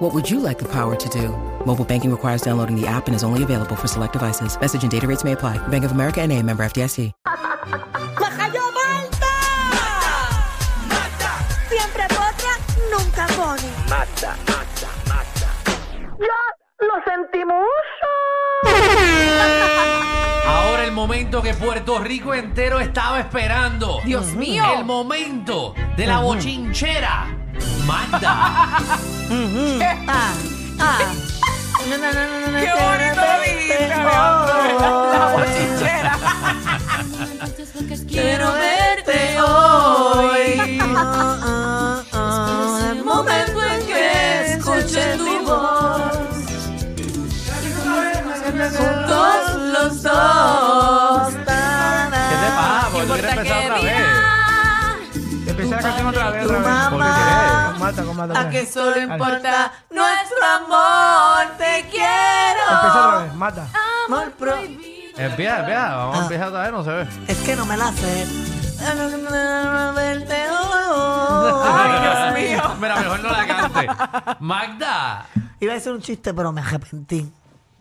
What would you like the power to do? Mobile banking requires downloading the app and is only available for select devices. Message and data rates may apply. Bank of America and a member FDIC. ¡Majayo Malta! Siempre potra, nunca pone. Ahora el momento que Puerto Rico entero estaba esperando. Dios mío. El momento de la bochinchera. Manda. ¡Qué bonito la bochinchera. Quiero verte hoy. el momento en que escuché tu voz. Juntos los dos. ¿Qué te pasa? ¿Por qué tú quieres empezar otra vez? Empieza la canción otra vez, otra vez. ¿Por qué quieres? Con Marta, con Marta. otra Que vez. solo importa nuestro amor. Te quiero. Empieza otra vez, Marta. Amor pro. Empieza, empieza. Vamos a empezar otra vez, no se ve. Es que no me la sé. oh, Ay, Dios mío. Mira, mejor no la cante. Magda. Iba a decir un chiste, pero me arrepentí.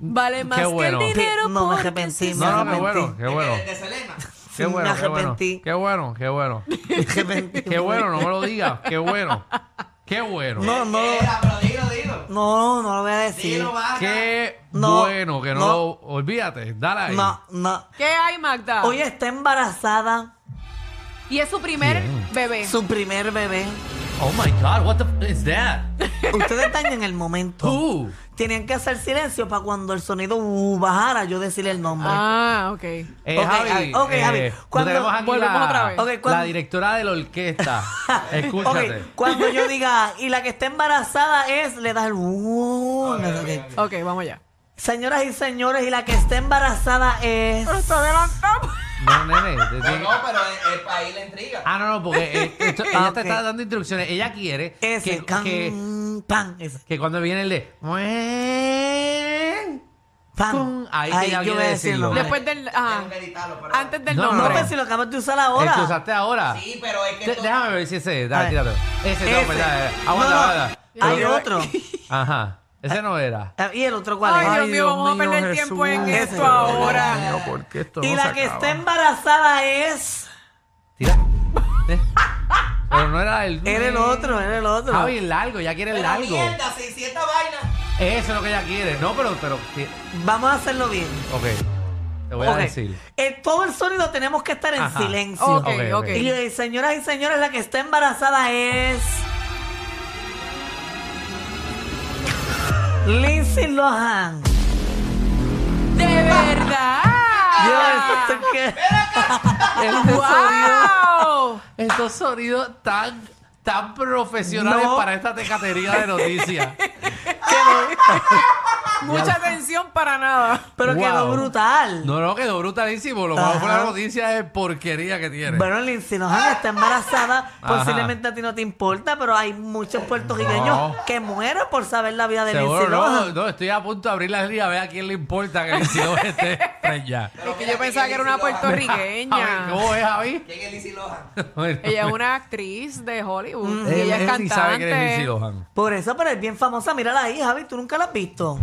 Vale más Qué bueno. que el dinero. No, me porque arrepentí, sí me No, no, qué arrepentí. bueno, qué bueno. Qué bueno, me qué bueno. arrepentí. Qué bueno, qué bueno. Me arrepentí. Qué bueno, no me lo digas. Qué bueno. Qué bueno. No, no. No, no lo voy a decir. Qué No, bueno que no, no. lo olvídate. Dale ahí. No, no. ¿Qué hay, Magda? Hoy está embarazada y es su primer bebé. su primer bebé. Oh my god, what the f is that? Ustedes están en el momento. Who? Tenían que hacer silencio para cuando el sonido uh, bajara, yo decirle el nombre. Ah, ok. Eh, Ok, Javi, Javi, ok, Javi, eh, cuando- tenemos aquí volvemos la, otra vez. Ok, la cuando- directora de la orquesta. Ok, Escúchate. cuando yo diga, y la que está embarazada es, le das el uh, no sé qué. Ok, vamos allá. Señoras y señores, y la que está embarazada es. No, nene. te Pero tiene- no, pero es, es para ir la intriga. Ah, no, no, porque eh, esto- ella Ok. te está dando instrucciones. Ella quiere Ese, que, can, que, pan, ese, que cuando viene el de... "Muen", pan. Con- ahí que ya yo viene voy a decirlo. decirlo. Después del. ajá. Tengo que editarlo, pero- Antes del No, no, No, nombre. pero si lo acabas de usar el ahora. que usaste ahora. Sí, pero es que De- esto- déjame ver si ese es. A Dale, ver. tíralo. Ese, Ese. no, pues, dale, No, aguanta, no. aguanta. Hay Pero- otro. Ajá. Ese no era. Ah, ¿Y el otro cuál es? Ay, Dios Ay, mío, Dios vamos a perder mío, tiempo en Jesús. esto ahora. porque esto y la que está embarazada es. Tira. Eh. Pero no era el... Era el otro, era el otro. Ah, bien largo, ya quiere el Pero largo. mierda, 600 vainas. Eso es lo que ella quiere. No, pero, pero, sí. Vamos a hacerlo bien. ok. Te voy Ok. a decir. El- todo el sonido tenemos que estar en Ajá. silencio. Ok, Ok, ok. ok. Y eh, señoras y señores, la que está embarazada es. Lindsay Lohan. ¡De verdad! Yo, Ah. esto que- Estos sonidos, ¡Wow! estos sonidos tan, tan profesionales No. para esta tecatería de noticias. Mucha atención para nada. Pero Wow. quedó brutal. No, no, quedó brutalísimo. Lo malo Ajá. fue la noticia de porquería que tiene. Bueno, Lindsay Lohan está embarazada. Ajá. Posiblemente a ti no te importa, pero hay muchos puertorriqueños No. que mueren por saber la vida de Seguro Lindsay no, Lohan. no, estoy a punto de abrir la liga a ver a quién le importa que el hicieron esté preñada. Pero Es que mira, yo pensaba que ¿quién era una es Lindsay Lohan? A ver, puertorriqueña. ¿Cómo es, Javi? ¿Quién es Lizzy Lohan? Bueno, Ella es una actriz de Hollywood. él- Y ella es él ni Mm. sabe quién es Lindsay cantante. Lohan. Por eso, pero es bien famosa. Mírala ahí, Javi. ¿Tú nunca la has visto?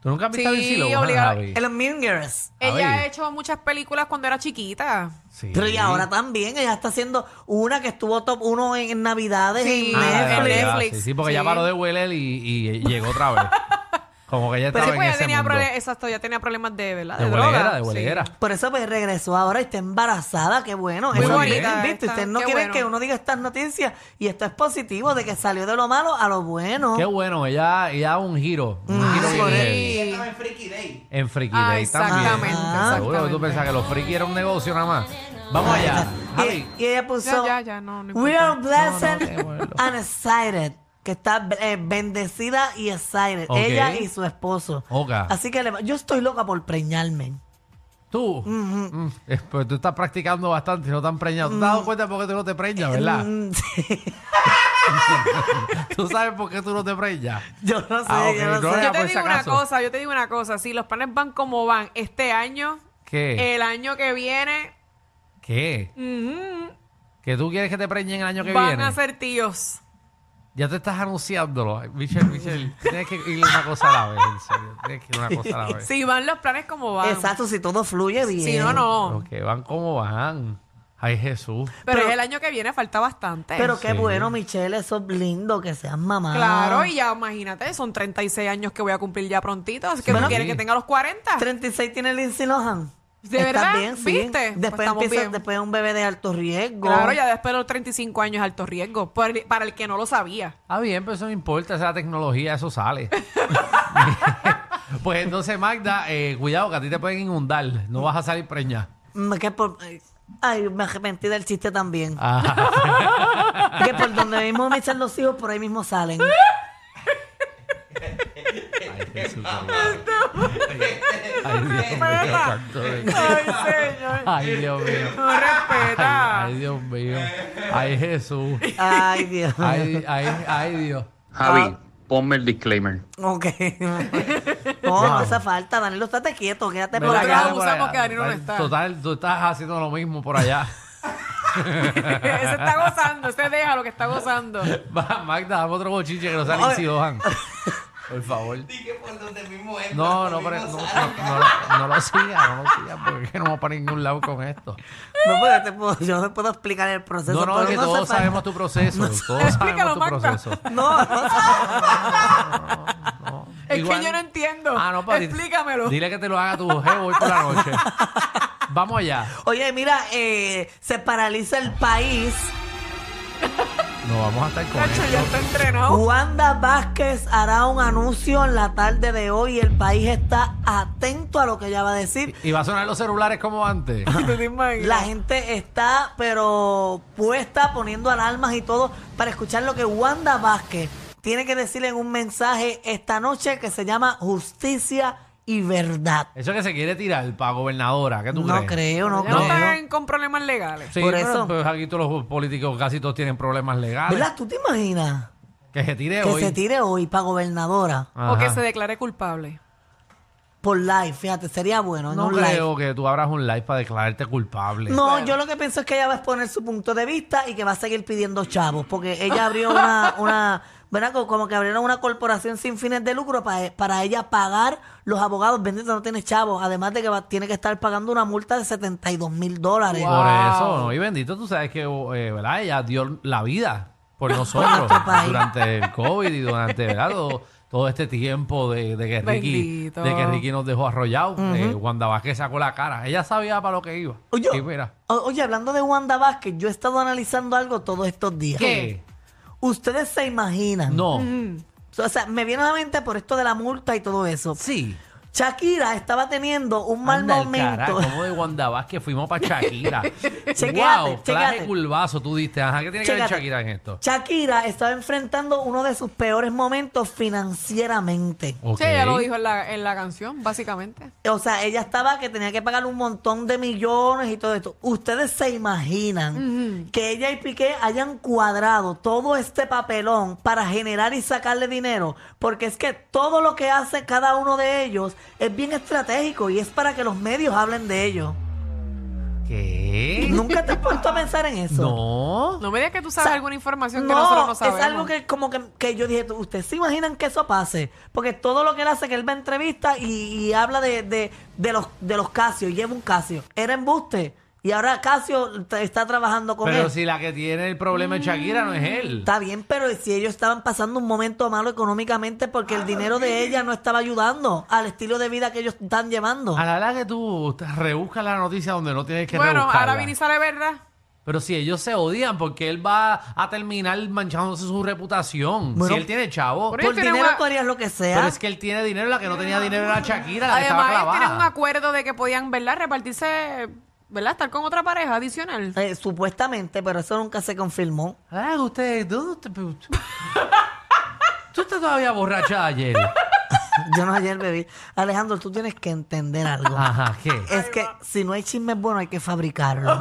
¿Tú nunca has visto a Sí, Lindsay Lohan, obligado. Javi? En los Mean Girls. Ella Ay. ha hecho muchas películas cuando era chiquita. Sí. Pero y ahora también, ella está haciendo una que estuvo top uno en, en Navidades Sí. en Ah, la de Netflix. Navidad, Netflix. Sí, sí, porque ya Sí. paró de hueler y, y llegó otra vez. Como que ya Pero estaba sí, en pues ya ese tenía, mundo. prole- exacto, ya tenía problemas de, ¿verdad? De droga. huelera, de sí. huelera. Por eso pues regresó ahora y está embarazada, qué bueno. Muy Eso bonita quieren, ¿viste? está, Ustedes no qué quieren bueno. que uno diga estas noticias y esto es positivo, de que salió de lo malo a lo bueno. Qué bueno, ella, ella da un giro. Un Mm, giro sí. con Ella él. estaba en Freaky Day. En Friki Ah, Day también. exactamente, Ah. Seguro que tú exactamente. pensabas que los friki era un negocio nada más. Vamos allá. Javi. Y, y ella puso, Ya, ya, ya, no, no we importa. are blessed No, no, qué bueno. and excited. Que está eh, bendecida y excited. Ok. Ella y su esposo. Oka. Así que le- yo estoy loca por preñarme. Tú. Mm, eh, Pues tú estás practicando bastante y no te han preñado. ¿Tú te has Mm. dado cuenta por qué tú no te preñas, verdad? Mm, sí. ¿Tú sabes por qué tú no te preñas? Yo no sé, Ah, ok, yo no no sé. era- Yo te por si digo una acaso. cosa, yo te digo una cosa. Si los panes van como van este año, ¿Qué? el año que viene ¿Qué? ¿Que tú quieres que te preñen el año que Mm. van viene? a ser tíos. Ya te estás anunciándolo. Ay, Michelle, Michelle, tienes que ir una cosa a la vez, en serio. Tienes que ir una cosa a la vez. Si van los planes como van. Exacto, si todo fluye bien. Si no, no. Los que van como van. Ay, Jesús. Pero, Pero- es el año que viene falta bastante. Pero qué Sí. bueno, Michelle, eso es lindo que seas mamá. Ah. Claro, y ya imagínate, son 36 años que voy a cumplir ya prontito. Así que Sí. no quieren que tenga los 40. 36 tiene Lindsay Lohan. ¿De Está verdad? bien, sí. ¿Viste? Pues Después estamos empieza, bien. después un bebé de alto riesgo. Claro, ya después de los 35 años es alto riesgo. por el- para el que no lo sabía. Ah, bien, pero eso no importa, esa tecnología, eso sale. pues entonces, Magda, eh, cuidado que a ti te pueden inundar, no vas a salir preñada. Mm, que por- ay, Ay, me arrepentí del chiste también. Ah, Que por donde mismo me echan los hijos, por ahí mismo salen. ay, Jesús, ay, Dios mío, santo de- Ay, señor. ay, Dios mío. No Ay, respeta. ay, Dios mío. Ay, Jesús. Ay, Dios. Ay, ay, ay, Dios. Javi, ponme el disclaimer. Ok. No, no hace falta. Danilo, estate quieto, quédate por Mira, acá. acá. abusamos que Danilo no está. Total, tú estás haciendo lo mismo por allá. Ese está gozando, ese deja lo que está gozando. Va, Magda, dame otro bochiche que no sale Lindsay Lohan. Por favor. Dije por donde mismo entra, No, no, por mismo pero no, sale. no, no, no lo sigas, no lo sigas, porque es que no vamos para ningún lado con esto. No, pero te puedo- yo no puedo explicar el proceso. No, no, pero que hace todos falta. sabemos tu proceso, todos sabemos Explícalo, tu Magda. proceso. No, no No, Es igual- que yo no entiendo. Ah, no, para Explícamelo. Dile que te lo haga tu jevo hoy por la noche. Vamos allá. Oye, mira, eh, se paraliza el país. No vamos a estar con Nacho esto. ya está entrenado. Wanda Vázquez hará un anuncio en la tarde de hoy y el país está atento a lo que ella va a decir. Y va a sonar los celulares como antes. ¿Tú te imaginas? La gente está, pero puesta, poniendo alarmas y todo para escuchar lo que Wanda Vázquez tiene que decir en un mensaje esta noche que se llama Justicia y Verdad. Eso que se quiere tirar para gobernadora, ¿qué tú crees? No creo, no Ya no creo. están con problemas legales. Sí, Por pero eso. pues aquí todos los políticos casi todos tienen problemas legales. ¿Verdad? ¿Tú te imaginas Que se tire que hoy. se tire hoy para gobernadora O que Ajá. se declare culpable. por live? Fíjate, sería bueno. No en un live. creo que tú abras un live para declararte culpable. No, yo lo que pienso es que ella va a exponer su punto de vista y que va a seguir pidiendo chavos, porque ella abrió una, una ¿verdad? Co- Como que abrieron una corporación sin fines de lucro para, para ella pagar los abogados. Bendito, no tiene chavos. Además de que va- tiene que estar pagando una multa de 72 mil dólares. Por eso, ¿no? y bendito, tú sabes que eh, ¿verdad? ella dio la vida por nosotros nuestro país. durante el COVID y durante ¿verdad? todo, todo este tiempo de, de que Ricky, Bendito. de que Ricky nos dejó arrollados. eh, Wanda Vázquez sacó la cara. Ella sabía para lo que iba. Oye, Y mira, o- oye, hablando de Wanda Vázquez, yo he estado analizando algo todos estos días. ¿qué? ¿Ustedes se imaginan? eh, No. Mm. O sea, me viene a la mente por esto de la multa y todo eso. Sí. Shakira estaba teniendo un mal Anda el momento. carajo, como de Wanda Vázquez fuimos para Shakira. Chequéate, wow, chequéate. clase curvazo tú diste. Ajá, ¿qué tiene que ver Chécate. Shakira en esto? Shakira estaba enfrentando uno de sus peores momentos financieramente. Ok. Sí, ella lo dijo en la, en la canción, básicamente. O sea, ella estaba que tenía que pagar un montón de millones y todo esto. Ustedes se imaginan que ella y Piqué hayan cuadrado todo este papelón para generar y sacarle dinero, porque es que todo lo que hace cada uno de ellos es bien estratégico y es para que los medios hablen de ello. ¿Qué? ¿Nunca te has puesto a pensar en eso? No. No me digas que tú sabes sea, alguna información que no, nosotros no sabemos. Es algo que como que, que yo dije, ¿ustedes se imaginan que eso pase? Porque todo lo que él hace, que él va a entrevista y, y habla de, de, de los de los Casio, lleva un Casio. Era embuste. Y ahora Casio t- está trabajando con Pero él. si la que tiene el problema es Shakira, no es él. Está bien, pero si ellos estaban pasando un momento malo económicamente porque el dinero de ella no estaba ayudando al estilo de vida que ellos están llevando. A la verdad que tú te rebuscas la noticia donde no tienes que bueno, ahora rebuscarla. viene y sale verdad. Pero si ellos se odian, porque él va a terminar manchándose su reputación. Bueno. si él tiene chavo. Por Pero, ellos Por tienen dinero una- tú harías lo que sea. es que él tiene dinero, la que no tenía dinero era Shakira, la que estaba Además, ellos clavada. tienen un acuerdo de que podían, ¿verdad? Repartirse, ¿verdad? Estar con otra pareja adicional. Eh, supuestamente, pero eso nunca se confirmó. Ah, usted, ¿dónde usted- pero usted- ¿Tú estás todavía borracha de ayer? Yo no ayer bebí. Alejandro, tú tienes que entender algo. Ajá, ¿qué? Es que si no hay chismes buenos, hay que fabricarlos.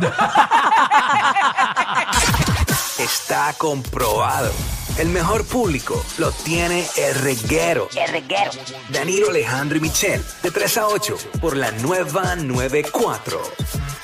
Está comprobado. El mejor público lo tiene el reguero. El reguero. Danilo Alejandro y Michel, de 3 a 8, por la nueva 94.